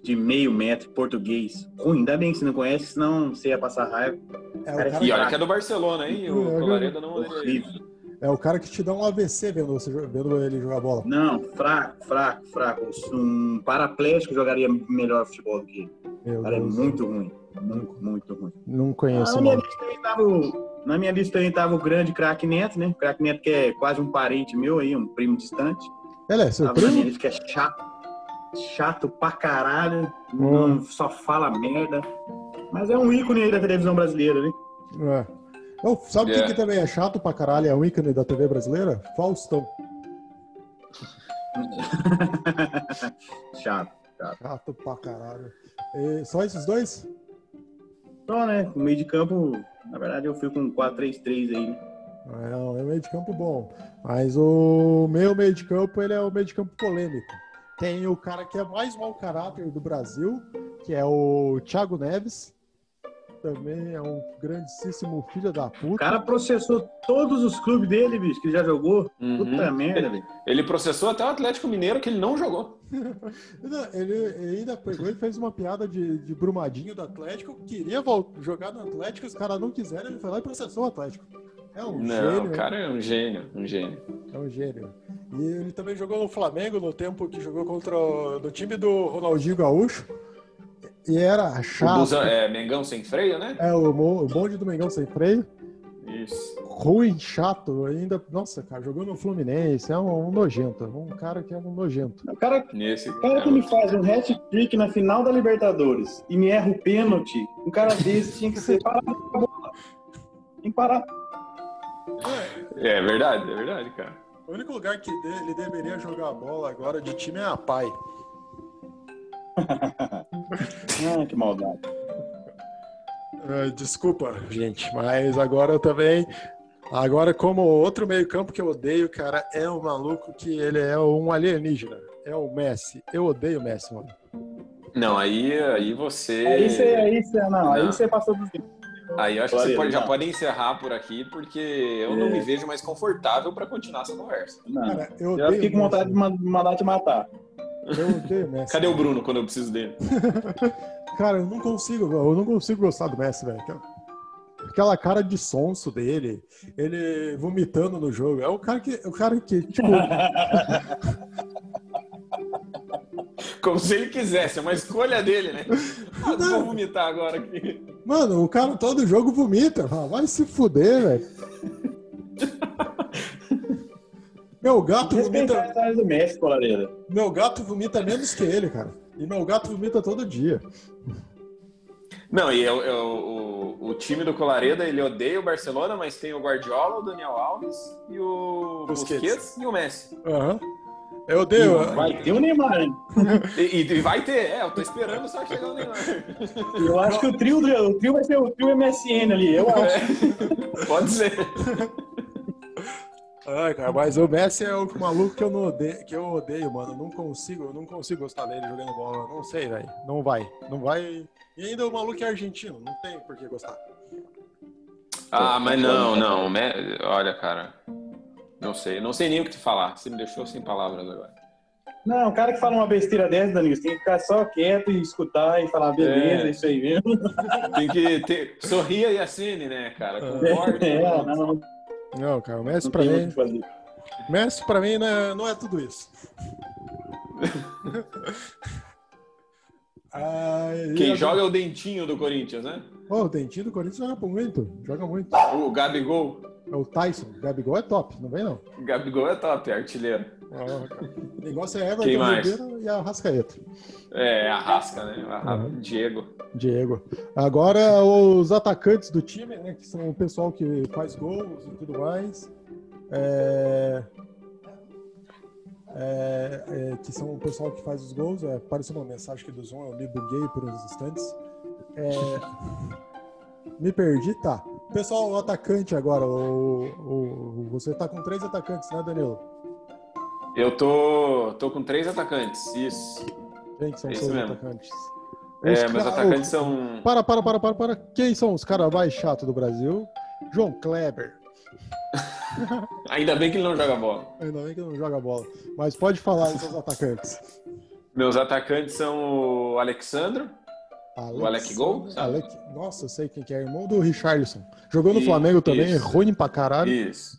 S3: de meio metro, português. Ruim, ainda bem que você não conhece, senão você ia passar raiva.
S1: É o
S3: cara
S1: cara,
S2: E olha que é do Barcelona, hein? O
S1: É,
S2: Colaredo não.
S3: Horrível.
S1: é o cara que te dá um AVC vendo, você, jo- vendo ele jogar bola.
S3: Não, fraco, fraco, fraco. Um paraplégico jogaria melhor futebol do que ele.
S1: Meu
S3: O cara é
S1: Deus,
S3: muito ruim. Muito, muito ruim.
S1: Não
S3: Ah,
S1: conheço
S3: na,
S1: o
S3: minha
S1: nome.
S3: lista também tava o, na minha lista também tava o grande craque Neto, né? O craque Neto que é quase um parente meu aí, um primo distante.
S1: Ele é seu
S3: Tava na minha
S1: primo?
S3: lista que é chato. Chato pra caralho.
S1: Hum.
S3: Não, só fala merda. Mas é um ícone aí da televisão brasileira, né?
S1: É. Não, sabe o que,
S2: É.
S1: que também é chato pra caralho? É um ícone da TV brasileira? Faustão.
S3: Chato.
S1: Chato pra caralho. E só esses dois?
S3: Então, né? O meio de campo, na verdade, eu fui com um 4-3-3 aí. né?
S1: é Não, é um meio de campo bom. Mas o meu meio de campo, ele é o meio de campo polêmico. Tem o cara que é mais mau caráter do Brasil, que é o Thiago Neves. Também é um grandíssimo filho da
S3: O
S1: puta.
S3: cara processou todos os clubes dele, bicho, que ele já jogou.
S2: Uhum.
S3: Puta merda, velho.
S2: Ele processou até o Atlético Mineiro que ele não jogou.
S1: Não, Ele, ele ainda pegou e fez uma piada de, de Brumadinho do Atlético. Queria vol- jogar no Atlético, os caras não quiseram. Ele foi lá e processou o Atlético. É um
S2: não,
S1: gênio.
S2: o cara é um gênio, um gênio.
S1: É um gênio. E ele também jogou no Flamengo no tempo que jogou contra o do time do Ronaldinho Gaúcho. E era
S2: O
S1: chato.
S2: busão, é Mengão sem freio, né?
S1: É o mo- o bonde do Mengão sem freio.
S2: Isso.
S1: Ruim, chato ainda. Nossa, cara, jogou no Fluminense. É um, um nojento. Um cara que é um nojento.
S3: O cara,
S2: Nesse.
S3: o cara que me faz um hat-trick na final da Libertadores e me erra o pênalti, um cara desse tinha que ser parado com a bola. Tem que parar.
S2: É verdade, é verdade, cara.
S1: O único lugar que ele deveria jogar a bola agora de time é a pai.
S3: Ah, que maldade.
S1: É, desculpa, gente, mas agora eu também. Agora, como outro meio-campo que eu odeio, cara, é o maluco que ele é um alienígena. É o Messi. Eu odeio o Messi, mano.
S2: Não, aí, aí você.
S3: Aí você, aí você, não, aí
S2: É. Não.
S3: você passou dos limites.
S2: Aí eu acho que
S3: Claro,
S2: você pode- já
S3: não.
S2: pode encerrar por aqui, porque eu não me vejo mais confortável para continuar essa conversa.
S3: Não.
S1: Cara, eu
S3: Eu
S1: odeio.
S3: fiquei com
S1: o
S3: vontade de
S1: Messi.
S3: ma- mandar te matar.
S1: Eu odeio o Messi.
S2: Cadê o Bruno quando eu preciso dele?
S1: Cara, eu não consigo, eu não consigo gostar do Messi, velho. Aquela- Aquela cara de sonso dele, ele vomitando no jogo. É o cara que, o cara que, tipo,
S2: Como se ele quisesse, é uma escolha dele, né? Ah,
S1: Não.
S2: vou vomitar agora aqui.
S1: mano, o cara todo jogo vomita. Fala, Vai se fuder, velho. Meu gato
S3: Respeitar a
S1: vomita,
S3: história do Messi, Colareira.
S1: meu gato vomita menos que ele, cara. E meu gato vomita todo dia.
S2: Não, e eu- eu- o, o time do Colareda, ele odeia o Barcelona, mas tem o Guardiola, o Daniel Alves e o
S1: Busquets.
S2: Busquets, e o Messi.
S1: Aham. Eu odeio.
S3: Vai ter o Neymar, hein?
S2: E, e- e vai ter, é, eu tô esperando só chegar o Neymar.
S3: Eu acho que o trio, o trio vai ser o trio MSN ali, eu acho.
S2: É, pode ser.
S1: Ai, cara, mas o Messi é o maluco que eu não odeio, que eu odeio, mano. Eu Não consigo, eu não consigo gostar dele jogando bola. Não sei, velho. Não vai. Não vai. E ainda o maluco é argentino, não tem por que gostar.
S2: Ah, mas não, não. me- Olha, cara. Não sei, não sei nem o que te falar. Você me deixou sem palavras agora.
S3: Não, o cara que fala uma besteira dessa, Danilo, você tem que ficar só quieto e escutar e falar, beleza,
S2: É.
S3: isso aí mesmo.
S2: Tem que ter. Sorria e assine, né, cara? Concorda.
S3: É, não, não
S1: Não, cara, o Messi pra
S3: tem muito o
S1: mim,
S3: que fazer.
S1: Messi pra mim não é, não é tudo isso. Ai,
S2: Quem
S1: e-
S2: joga é o dentinho do Corinthians, né?
S1: Ô, o Dentinho do Corinthians joga muito, joga muito.
S2: O Gabigol.
S1: É o Tyson, o Gabigol é top, não vem não.
S2: O Gabigol é top, é artilheiro.
S1: O negócio é Everton
S2: Quem mais?
S1: Ribeiro e a Rascaeta.
S2: É, arrasca, né? Arra-
S1: Uhum.
S2: Diego.
S1: Diego. Agora os atacantes do time, né? Que são o pessoal que faz gols e tudo mais. É... É, é, que são o pessoal que faz os gols. É, apareceu uma mensagem aqui do Zoom, eu me buguei por uns instantes. É, Me perdi, tá. Pessoal, o atacante agora. O, o- o- você tá com três atacantes, né, Danilo?
S2: Eu tô, tô com três atacantes, isso.
S1: Quem que são
S2: É
S1: os
S2: isso
S1: seus
S2: mesmo.
S1: atacantes?
S2: É,
S1: Os
S2: meus
S1: ca-
S2: atacantes
S1: os-
S2: são.
S1: Para, para, para, para, para. Quem são os caras mais chatos do Brasil? João Kleber.
S2: Ainda bem que ele não joga bola.
S1: Ainda bem que não joga bola. Mas pode falar esses atacantes.
S2: Meus atacantes são o Alexandro.
S1: Alex,
S2: Alec Gol, sabe?
S1: Alec, nossa, eu sei quem que é. Irmão do Richarlison. Jogou no
S2: E-
S1: Flamengo também, é
S2: isso.
S1: ruim pra caralho.
S2: Isso.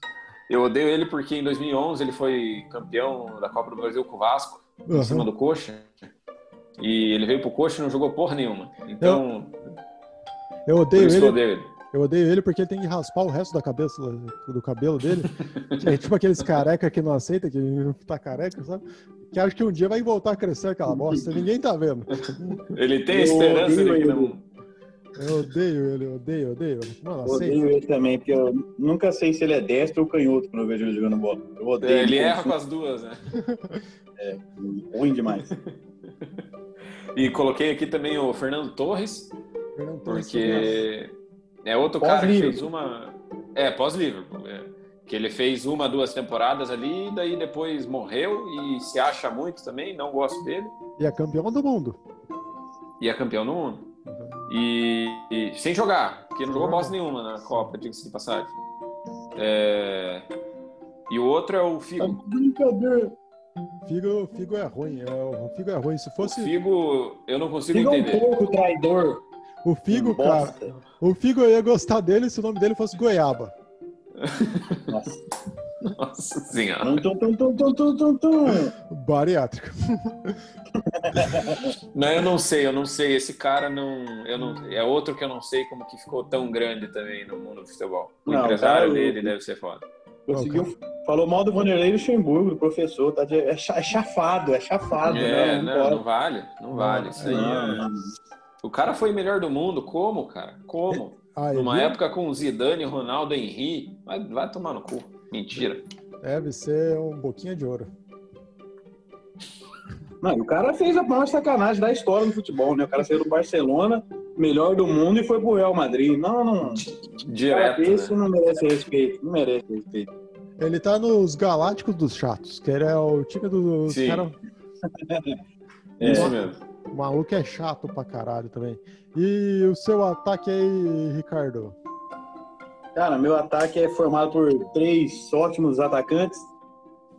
S2: Eu odeio ele porque em 2011 ele foi campeão da Copa do Brasil com o Vasco, em cima
S1: Aham.
S2: do Coxa. E ele veio pro Coxa e não jogou porra nenhuma. Então,
S1: Eu
S2: por
S1: odeio
S2: isso que
S1: ele.
S2: eu odeio ele.
S1: Eu odeio ele porque ele tem que raspar o resto da cabeça, do cabelo dele. é tipo aqueles careca que não aceita, que tá careca, sabe? Que acha que um dia vai voltar a crescer aquela bosta. Ninguém tá vendo.
S2: Ele tem a
S3: Eu
S2: esperança de
S3: odeio
S2: que
S3: ele.
S2: não.
S1: Eu odeio ele, eu odeio, eu odeio. Mano, aceita.
S3: Odeio ele também, porque eu nunca sei se ele é destro ou canhoto quando eu vejo ele jogando bola. Eu odeio
S2: É, Ele erra com
S3: como
S2: as duas, né?
S3: se- ruim demais.
S2: E coloquei aqui também o Fernando Torres,
S1: Fernando Torres,
S2: porque é outro cara que
S3: Pós-Liverpool.
S2: fez uma. É, pós-Liverpool. é. que ele fez uma, duas temporadas ali, e daí depois morreu e se acha muito também, não gosto dele,
S1: E é campeão do mundo.
S2: e é campeão do mundo. E, e Uhum. sem jogar, porque não jogou bosta nenhuma na Copa, diga-se de passagem. É, E o outro é o Figo.
S3: Brincadeira.
S1: Figo, Figo é ruim. é, o Figo é ruim. Se
S2: O
S1: fosse
S2: Figo, é eu não consigo
S3: Fica um
S2: entender.
S3: pouco traidor.
S1: o
S2: é
S1: Figo, cara,
S3: Bosta.
S1: o Figo eu ia gostar dele se o nome dele fosse Goiaba.
S3: Nossa.
S2: Nossa senhora.
S3: Tum, tum, tum, tum, tum, tum, tum, tum.
S1: Bariátrico.
S2: Não, eu não sei, eu não sei. Esse cara não, eu não. É outro que eu não sei como que ficou tão grande também no mundo do futebol. O
S3: Não,
S2: empresário
S3: cara,
S2: dele deve ser foda.
S3: Conseguiu. Falou mal do Vanderlei Luxemburgo, do professor. Tá de- é, cha- é chafado, é chafado.
S2: É,
S3: né?
S2: não,
S3: Bora.
S2: não vale, não vale. Isso aí é- O cara foi melhor do mundo, como, cara? Como?
S1: Aí,
S3: Uhum.
S2: Numa
S1: viu?
S2: época com Zidane, Ronaldo, Henry. Vai, vai tomar no cu. Mentira.
S1: Deve ser um boquinha de ouro.
S3: Não, e o cara fez a maior sacanagem da história do futebol, né? O cara saiu do Barcelona, melhor do mundo, e foi pro Real Madrid. Não, não.
S2: Direto.
S3: Isso
S2: Né?
S3: não merece respeito. Não merece respeito.
S1: Ele tá nos Galácticos dos Chatos, que ele é o time dos
S2: Sim.
S1: cara.
S2: É isso mesmo.
S1: O maluco é chato pra caralho também. E o seu ataque aí, Ricardo?
S3: Cara, meu ataque é formado por três ótimos atacantes.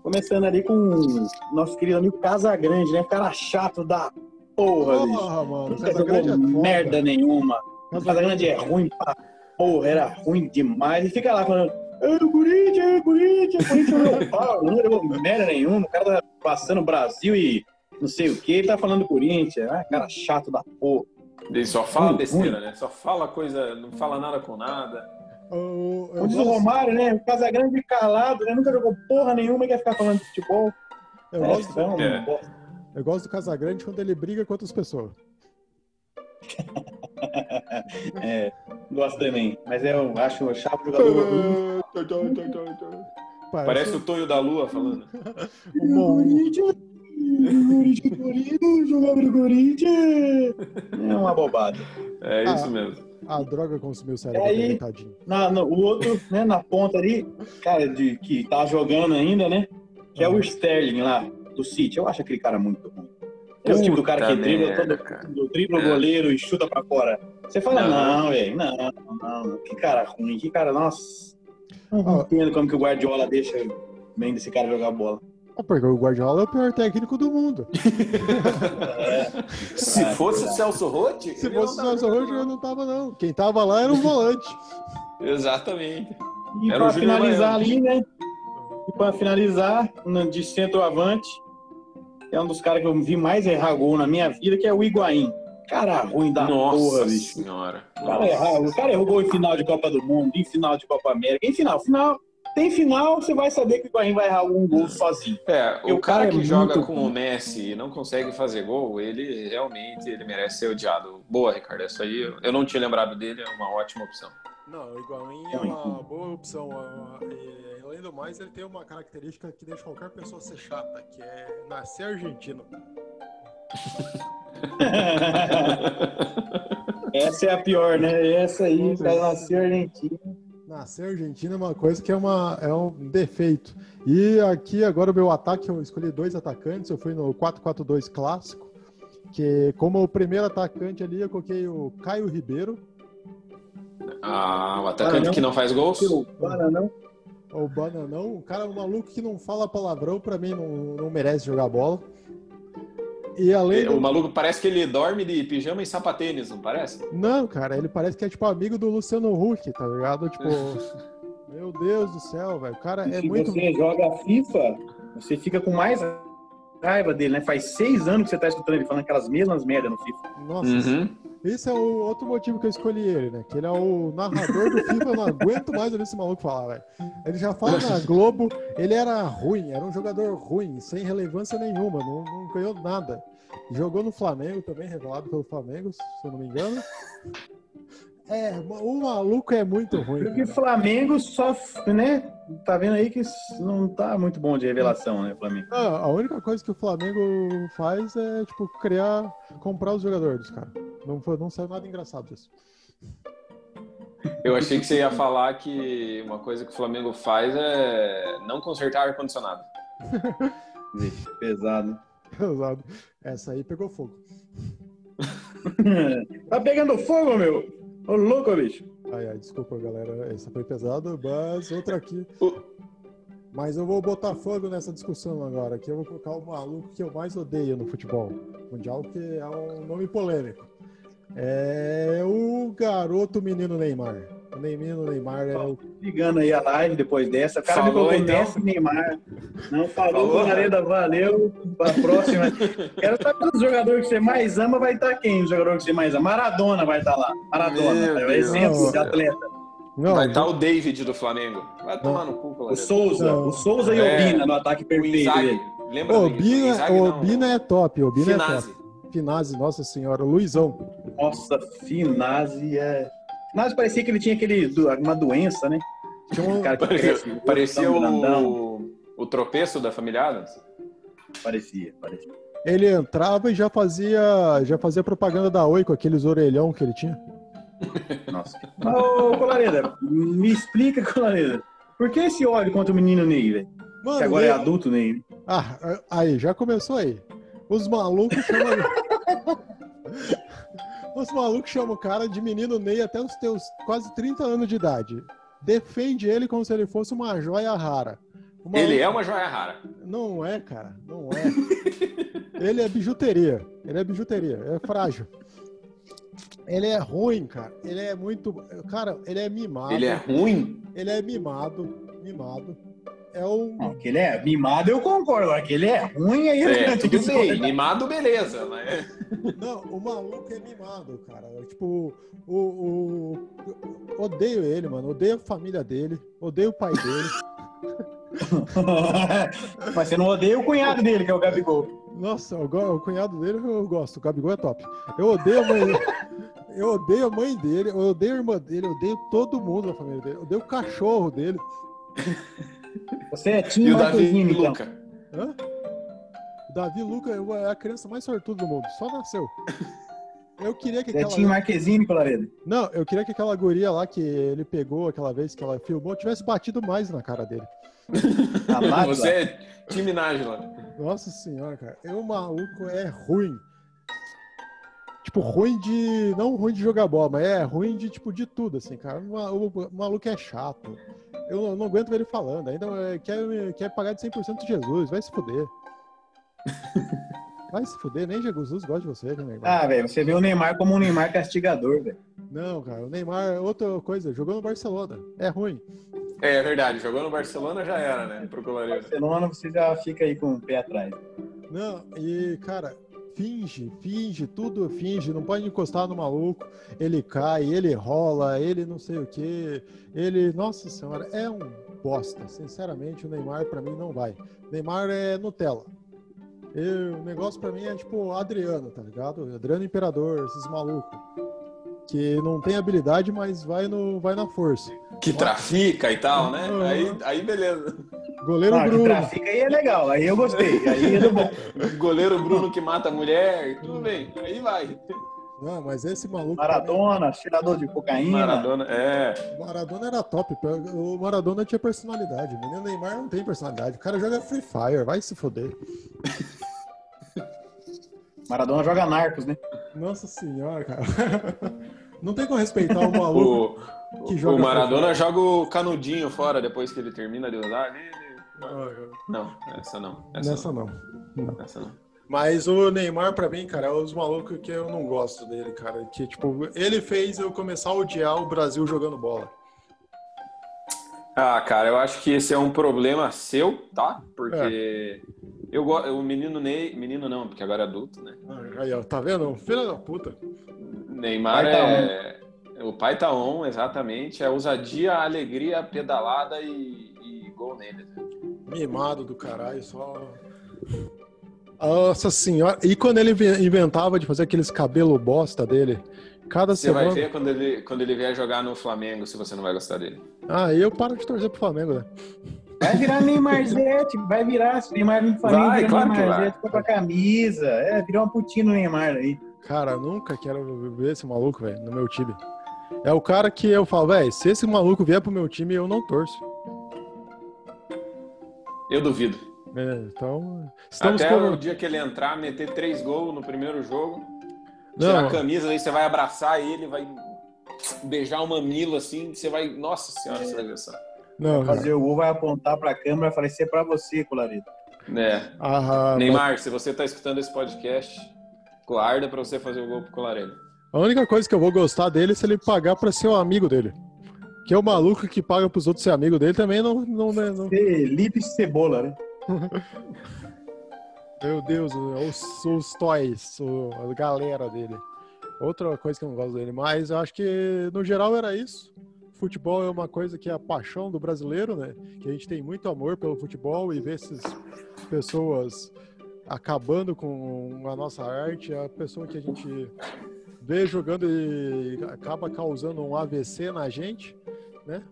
S3: Começando ali com o nosso querido amigo Casagrande, né? Cara chato da porra, bicho.
S1: mano.
S3: Nunca
S1: Casa
S3: jogou
S1: Grande é foda.
S3: merda nenhuma.
S1: Casa
S3: Casagrande
S1: Grande
S3: é ruim pra porra, era ruim demais. E fica lá falando, "É o Corinthians, é o Corinthians, o Corinthians não pau. Não jogou merda nenhuma, o cara tá passando o Brasil e não sei o que, ele tá falando do Corinthians. Ah, cara chato da porra.
S2: Ele só fala
S3: Ruim,
S2: besteira, né? Só fala coisa, não fala nada com nada.
S1: O- eu
S3: Como diz o
S1: gosto-
S3: Romário, né? O Casagrande calado, né? Nunca jogou porra nenhuma e quer ficar falando de futebol.
S1: eu
S3: É,
S1: gosto-
S3: então,
S2: É.
S3: bosta.
S1: eu gosto do Casagrande quando ele briga com outras pessoas.
S3: É, gosto também. Mas eu acho o chato jogador. ruim.
S2: Parece o Tonho da Lua falando.
S1: o
S3: um
S1: Mon-
S3: Corinthians, Corinthians, jogava no Corinthians. É uma bobada.
S2: É
S1: Ah.
S2: isso mesmo.
S1: A droga consumiu o cérebro
S3: E aí?
S1: dele, tadinho.
S3: Na, no- o outro, né, na ponta ali, cara, de, que tá jogando ainda, né? Que é o Sterling lá, do City. Eu acho aquele cara muito ruim. É o tipo do cara que
S2: Puta
S3: dribla
S2: merda,
S3: todo
S2: cara.
S3: mundo, dribla o
S2: É.
S3: goleiro e chuta pra fora. Você fala,
S2: Não.
S3: não, velho, não, não, que cara ruim, que cara, nossa. Não
S1: Ó.
S3: entendo como que o Guardiola deixa bem desse cara jogar bola.
S1: Ah, Porque o Guardiola é o pior técnico do mundo.
S2: É. Se fosse o Celso Rotti,
S1: Se
S2: ele não
S1: fosse o
S2: tava
S1: Celso
S2: jogando,
S1: Rojo, eu não tava, não. Quem tava lá era o volante.
S2: não. Exatamente.
S3: E
S2: Era o
S3: pra
S2: Júnior
S3: finalizar
S2: Baiano.
S3: ali, né? E pra finalizar, no- de centroavante, é um dos caras que eu vi mais errar gol na minha vida, que é o Higuaín. Cara ruim da
S2: Nossa
S3: porra, bicho.
S2: senhora.
S3: O cara, erra- o cara errou gol em final de Copa do Mundo, em final de Copa América, em final. final tem final, você vai saber que o Higuaín vai errar um gol sozinho.
S2: É,
S3: E
S2: o
S3: o
S2: cara,
S3: cara é
S2: que
S3: muito
S2: joga
S3: ruim.
S2: com o Messi e não consegue fazer gol, ele realmente ele merece ser odiado. Boa, Ricardo. Essa aí eu eu não tinha lembrado dele, é uma ótima opção.
S1: Não, o Higuaín é uma boa opção. a- a- e, Além do mais, ele tem uma característica que deixa qualquer pessoa ser chata, que é nascer argentino.
S3: Essa é a pior, né? Essa aí, o cara nasceu argentino.
S1: Nascer argentino é uma coisa que é, uma, é um defeito. E aqui agora o meu ataque, eu escolhi dois atacantes, eu fui no 4-4-2 clássico, que como o primeiro atacante ali, eu coloquei o Caio Ribeiro,
S2: Ah, o atacante
S3: Ah, não.
S2: que não faz gols?
S3: Seu Paraná.
S1: o Bananão, um cara maluco que não fala palavrão, pra mim não, não merece jogar bola. E além do...
S2: é, O maluco parece que ele dorme de pijama e sapatênis, não parece?
S1: Não, cara, ele parece que é tipo amigo do Luciano Huck, tá ligado? Tipo, meu Deus do céu, velho. O cara é
S3: se
S1: muito.
S3: você joga FIFA, você fica com mais raiva dele, né? Faz seis anos que você tá escutando ele falando aquelas mesmas merdas no FIFA.
S1: Nossa,
S2: Uhum.
S1: esse é o outro motivo que eu escolhi ele, né? Que ele é o narrador do FIFA, eu não aguento mais ouvir esse maluco falar, velho. Ele já fala na Globo, ele era ruim, era um jogador ruim, sem relevância nenhuma, não, não ganhou nada. Jogou no Flamengo também, revelado pelo Flamengo, se eu não me engano. É, o maluco é muito ruim.
S3: Porque o
S1: cara.
S3: Flamengo só, né? Tá vendo aí que s- não tá muito bom de revelação, né, Flamengo?
S1: Não, Ah, a única coisa que o Flamengo faz é, tipo, criar, comprar os jogadores, cara. Não, foi- não saiu nada engraçado disso.
S2: Eu achei que você ia falar que uma coisa que o Flamengo faz é não consertar ar-condicionado.
S3: Ixi, Pesado.
S1: Exato. Essa aí pegou fogo.
S3: tá pegando fogo, meu! Ô louco, bicho!
S1: Ai, ai, desculpa, galera. Essa foi pesada, mas outra aqui.
S2: O-
S1: Mas eu vou botar fogo nessa discussão agora, que eu vou colocar o maluco que eu mais odeio no futebol mundial, que é um nome polêmico. É o garoto menino Neymar. O menino Neymar é o
S3: Ligando aí a live depois dessa. O cara
S2: Falou,
S3: me colocou
S2: então?
S3: Messi e Neymar. Não falou,
S2: Falou,
S3: Vareda, valeu. Pra próxima. Quero saber os jogadores que você mais ama, vai estar quem? O jogador que você mais ama? Maradona vai estar lá.
S2: Meu
S3: Maradona, é o
S2: Deus.
S3: exemplo de atleta.
S1: Não,
S2: Vai tá estar o David do Flamengo. Vai tomar no cu,
S3: O
S2: Claudio.
S3: Souza,
S1: Não.
S3: o Souza e o
S2: É.
S3: Bina no ataque
S2: O
S3: perfeito
S2: Inzaghi.
S3: dele.
S2: Lembra
S1: o
S2: do Inzaghi?
S1: Bina,
S2: Inzaghi
S1: o
S2: não. né?
S1: Bina é top, o Bina é
S2: Finazzi.
S1: top. Finazzi, nossa senhora, o Luizão.
S3: Nossa, Finazzi é. Finazzi parecia que ele tinha aquele, do- uma doença, né? Tinha um cara que cresce,
S2: Parecia,
S3: um
S2: parecia
S3: grandão.
S2: o, o tropeço da família Adams.
S3: Parecia, parecia.
S1: Ele entrava e já fazia, já fazia propaganda da Oi com aqueles orelhão que ele tinha.
S3: Nossa. Ô, Colareda, me explica, Colareda. Por que esse ódio contra o menino Ney, velho?
S1: Mano,
S3: Que agora é
S1: ele-
S3: adulto, Ney.
S1: Ah, aí, já começou aí. Os malucos chamam. Os malucos chamam o cara de menino Ney até os teus quase 30 anos de idade. Defende ele como se ele fosse uma joia rara. O maluco-
S2: Ele é uma joia rara.
S1: Não é, cara. Não é. ele é bijuteria. Ele é bijuteria. É frágil. Ele é ruim, cara. Ele é muito. Cara, ele é mimado.
S2: Ele é ruim.
S1: Ele é mimado. Mimado. É um
S2: Ah.
S3: Não, que ele é mimado, eu concordo. Agora que ele é ruim, aí eu
S2: É,
S3: eu
S2: tudo bem.
S3: discordo.
S2: Mimado, beleza. Mas...
S1: Não, o maluco é mimado, cara. Eu, Tipo, o, o- eu Odeio ele, mano. Odeio a família dele. Odeio o pai dele.
S3: Mas você não odeia o cunhado dele, que é o Gabigol.
S1: Nossa, eu go- o cunhado dele eu gosto. O Gabigol é top. Eu odeio a mãe Eu odeio a mãe dele. Eu odeio a irmã dele. Eu odeio todo mundo da família dele. Eu odeio o cachorro dele.
S3: Você é
S2: E
S3: time
S2: o Davi
S3: Matosini, então.
S2: Luca.
S1: Hã? O Davi Luca é a criança mais sortuda do mundo. Só nasceu. Eu queria que
S3: Você é
S1: aquela.
S3: time Marquezine, Colareda.
S1: Não, eu queria que aquela guria lá que ele pegou aquela vez que ela filmou tivesse batido mais na cara dele.
S3: A Mata.
S2: Você é time Nájila.
S1: Nossa senhora, cara. Eu maluco é ruim. Tipo, ruim de. Não ruim de jogar bola, mas é ruim de, tipo, de tudo, assim, cara. O, ma- o maluco é chato. Eu não- não aguento ver ele falando. Ainda é, quer, me- quer pagar de 100% de Jesus. Vai se fuder. Vai se fuder. Nem Jesus gosta de você, né, Neymar?
S3: Ah, velho, você vê o Neymar como um Neymar castigador, velho.
S1: Não, cara. O Neymar é outra coisa. Jogou no Barcelona. É ruim.
S2: É, é verdade. Jogou no Barcelona, já era, né? Pro Colareiro.
S3: Barcelona, você já fica aí com o pé atrás.
S1: Não, e cara, finge, finge, tudo finge, não pode encostar no maluco. Ele cai, ele rola, ele não sei o que, ele, nossa senhora, é um bosta. Sinceramente, o Neymar pra mim não vai. Neymar é Nutella. Eu- o negócio pra mim é tipo Adriano, tá ligado? Adriano Imperador, esses malucos que não tem habilidade, mas vai no vai na força.
S2: Que trafica e tal, né? Aí, aí beleza.
S1: Goleiro
S3: Não, que
S1: Bruno.
S3: trafica aí é legal, aí eu gostei, aí é do bom.
S2: Goleiro Bruno que mata a mulher. Tudo bem. Aí vai.
S1: Não, mas esse maluco pra mim-
S3: Maradona, tirador de cocaína.
S2: Maradona. É.
S1: Maradona era top. O Maradona tinha personalidade. O menino Neymar não tem personalidade. O cara joga Free Fire, vai se foder.
S3: Maradona joga narcos, né?
S1: Nossa senhora, cara. Não tem como respeitar o maluco.
S2: O,
S1: Que
S2: o-
S1: joga
S2: o Maradona joga o canudinho fora depois que ele termina de usar. Ele- Não, essa não. Essa
S1: Nessa não.
S2: não. Essa não.
S1: Mas o Neymar, pra mim, cara, é um dos malucos que eu não gosto dele, cara. Que, tipo, ele fez eu começar a odiar o Brasil jogando bola.
S2: Ah, cara, eu acho que esse é um problema seu, tá? Porque
S1: É.
S2: eu go- o menino Ney, menino não, porque agora é adulto, né?
S1: Aí, ó, tá vendo? Filho da puta.
S2: Neymar
S3: Pai tá
S2: é o pai tá on, exatamente, é ousadia, alegria, pedalada e, e gol nele. né?
S1: Mimado do caralho, só. Nossa senhora. E quando ele inventava de fazer aqueles cabelo bosta dele, cada
S2: Você
S1: semana.
S2: vai ver quando ele quando ele vier jogar no Flamengo, se você não vai gostar dele.
S1: Ah, eu paro de torcer pro Flamengo, né?
S3: Vai virar Neymarzete, vai virar. Se o Neymar vir pro Flamengo,
S2: Vai,
S3: vira
S2: claro que
S3: Neymarzete, compra a camisa. É, virou uma putinha no Neymar aí.
S1: Cara, nunca quero ver esse maluco, velho, no meu time. É o cara que eu falo, velho, se esse maluco vier pro meu time, eu não torço.
S2: Eu duvido.
S1: É, então, estamos
S2: Até
S1: como-
S2: o dia que ele entrar, meter três gols no primeiro jogo, tirar
S1: Não,
S2: a camisa, aí você vai abraçar ele, vai beijar o mamilo assim, você vai. Nossa senhora, essa agressão. É.
S1: não. cara.
S3: Fazer o gol, vai apontar pra câmera e vai falar, isso é pra você, Colarito.
S2: É.
S1: Ah,
S2: Neymar, se você tá escutando esse podcast, guarda pra você fazer o gol pro Colaredo.
S1: A única coisa que eu vou gostar dele é se ele pagar pra ser um amigo dele. Que é o maluco que paga pros outros ser amigo dele também não. não, né, não-
S3: Felipe Cebola, né?
S1: Meu Deus, os, os toys, o- a galera dele. Outra coisa que eu não gosto dele, mas eu acho que no geral era isso. Futebol é uma coisa que é a paixão do brasileiro, né? Que a gente tem muito amor pelo futebol e ver essas pessoas acabando com a nossa arte, a pessoa que a gente vê jogando e acaba causando um AVC na gente, né?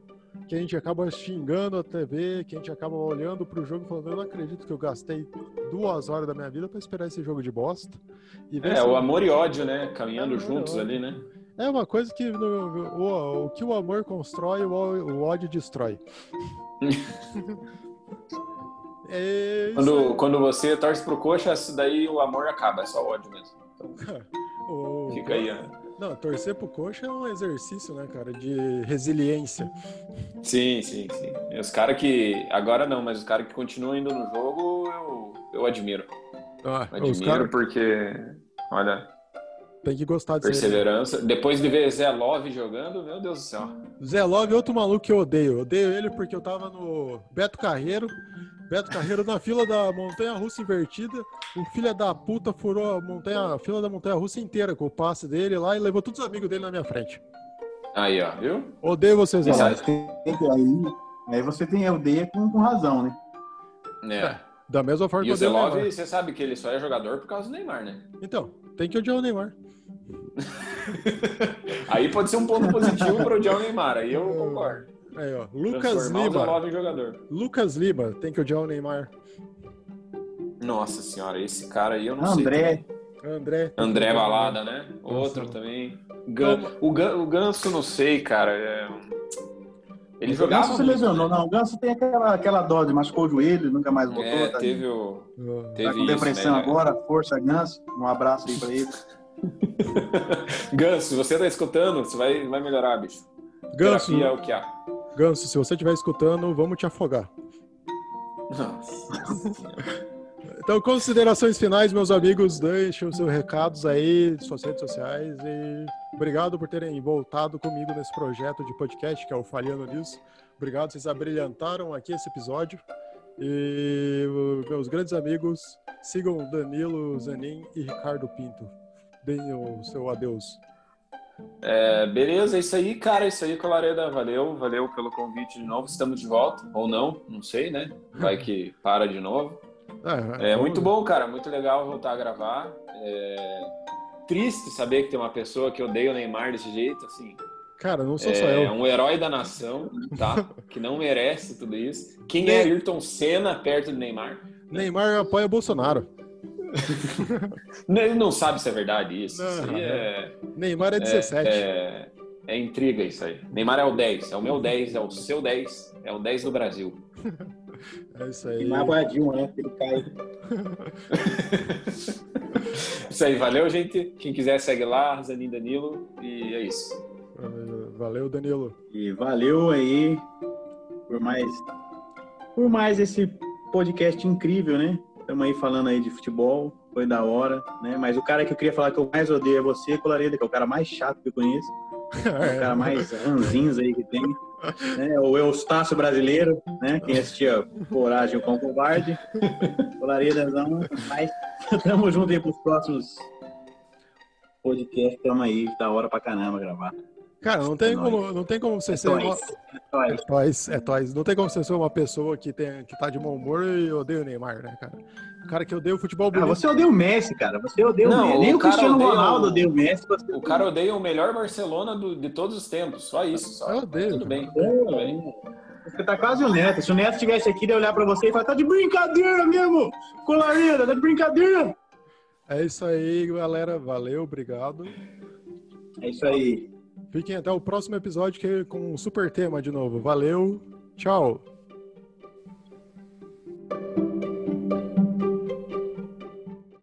S1: Que a gente acaba xingando a TV, que a gente acaba olhando pro jogo e falando, eu não acredito que eu gastei duas horas da minha vida para esperar esse jogo de bosta. E ver
S2: É,
S1: essa-
S2: o amor e ódio, né? Caminhando
S1: Amor e
S2: juntos
S1: ódio.
S2: ali, né?
S1: é uma coisa que no- o, o que o amor constrói, o, o ódio destrói. é isso
S2: Quando, quando você torce pro coxa, isso daí o amor acaba, é só ódio mesmo.
S1: aí. O-
S2: Fica aí, né?
S1: Não, torcer pro coxa é um exercício, né, cara, de resiliência.
S2: Sim, sim, sim. E os caras que. Agora não, mas os caras que continuam indo no jogo, eu, eu admiro. Admiro
S1: os caras
S2: porque. Olha,
S1: têm que gostar de ser.
S2: perseverança. Depois de ver Zé Love jogando, meu Deus do céu.
S1: Zé Love é outro maluco que eu odeio. Eu odeio ele porque eu tava no Beto Carreiro. Beto Carreiro na fila da Montanha Russa invertida. O filho da puta furou a, montanha, a fila da Montanha Russa inteira com o passe dele lá e levou todos os amigos dele na minha frente.
S2: Aí, ó, viu?
S1: Odeio vocês, Zé
S2: Isso
S1: Love.
S2: aí.
S3: Tem que- Aí, aí você tem aldeia com, com razão, né?
S2: É.
S1: Da mesma forma
S2: E
S1: que
S2: o Zé
S1: eu odeio o
S2: Love,
S1: Neymar.
S2: você sabe que ele só é jogador por causa do Neymar, né?
S1: Então, tem que odiar o Neymar.
S2: Aí pode ser um ponto positivo para odiar o Neymar, aí eu concordo.
S1: Aí, ó. Lucas
S2: Transformar o Zé
S1: Lima.
S2: Love em jogador.
S1: Lucas Lima, tem que odiar o Neymar.
S2: Nossa senhora, esse cara aí eu não sei.
S3: André,
S1: André. tem que
S2: André
S1: odiar o Neymar.
S2: Balada, né? Outro
S1: Nossa.
S2: também. Gan- O, Gan- o Ganso, não sei, cara. é um- Ele
S3: o
S2: jogava.
S3: Ganso se
S2: muito,
S3: lesionou.
S2: né?
S3: Não, o Ganso tem aquela, aquela dose, machucou o joelho, nunca mais voltou.
S2: É,
S3: tá,
S2: teve o.
S1: Ah,
S2: Teve
S3: tá com
S2: isso,
S3: depressão
S2: né, cara?
S3: agora, força, Ganso. Um abraço aí pra ele.
S2: Ganso, você tá escutando? Você vai, vai melhorar, bicho.
S1: Ganso,
S2: Terapia é o que há.
S1: Ganso, se você estiver escutando, vamos te afogar.
S2: Nossa.
S1: Então, considerações finais, meus amigos. Deixem os seus recados aí, suas redes sociais. E obrigado por terem voltado comigo nesse projeto de podcast, que é o Falhando News. Obrigado, vocês abrilhantaram aqui esse episódio. E uh, meus grandes amigos, sigam o Danilo Zanin e Ricardo Pinto. Deem o seu adeus.
S2: É, beleza, é isso aí, cara. É isso aí, Colareda. Valeu, valeu pelo convite de novo. Estamos de volta, ou não, não sei, né? Vai que para de novo.
S1: Ah, Tá
S2: É
S1: né?
S2: muito bom, cara. Muito legal voltar a gravar. É, Triste saber que tem uma pessoa que odeia o Neymar desse jeito, assim.
S1: Cara, não sou só
S2: É
S1: eu.
S2: um herói da nação, tá? Que não merece tudo isso. Quem é Ayrton Senna perto do Neymar?
S1: Neymar apoia Bolsonaro.
S2: Ele não sabe se é verdade isso. Isso
S1: Não.
S2: aí é,
S1: Neymar é 17.
S2: é- é intriga isso aí. Neymar é o 10, é o meu 10, é o seu 10, é o 10 do Brasil.
S1: É isso aí.
S3: Neymar Guardinho, né? Ele cai.
S2: Isso aí, valeu, gente. Quem quiser segue lá, Zanin Danilo. E é isso.
S1: Uh, Valeu, Danilo.
S3: E valeu aí por mais, por mais esse podcast incrível, né? Estamos aí falando aí de futebol, foi da hora, né? Mas o cara que eu queria falar que eu mais odeio é você, Colareda, que é o cara mais chato que eu conheço.
S1: É.
S3: o cara mais ranzinza aí que tem. Né? O Eustácio brasileiro, né? Quem assistia Coragem com Covarde. Colaredazão, mas tamo junto aí pros próximos podcasts. Tamo aí, da hora pra caramba gravar. Então
S1: Cara, não tem,
S3: É
S1: como, não tem como você ser.
S3: nóis.
S1: Então É toys, é toys. Não tem como você ser uma pessoa que, tem, que tá de mau humor e odeia o Neymar, né, cara? O cara que odeia o futebol
S3: Ah,
S1: bonito.
S3: você odeia o Messi, cara. Você odeia
S2: Não,
S3: o Messi. Nem
S2: o
S3: o,
S2: cara
S3: Cristiano
S2: odeia o-
S3: Ronaldo odeia o Messi. Você...
S2: O cara odeia o melhor Barcelona do- de todos os tempos. Só isso. Só.
S1: Eu odeio,
S2: Tudo bem. Tudo bem.
S3: Você tá quase o Neto. Se o Neto estivesse aqui, ele ia olhar pra você e falar: tá de brincadeira mesmo, Colarina, tá de brincadeira.
S1: É isso aí, galera. Valeu, obrigado.
S3: É isso aí.
S1: Fiquem até o próximo episódio que é com um super tema de novo. Valeu, tchau.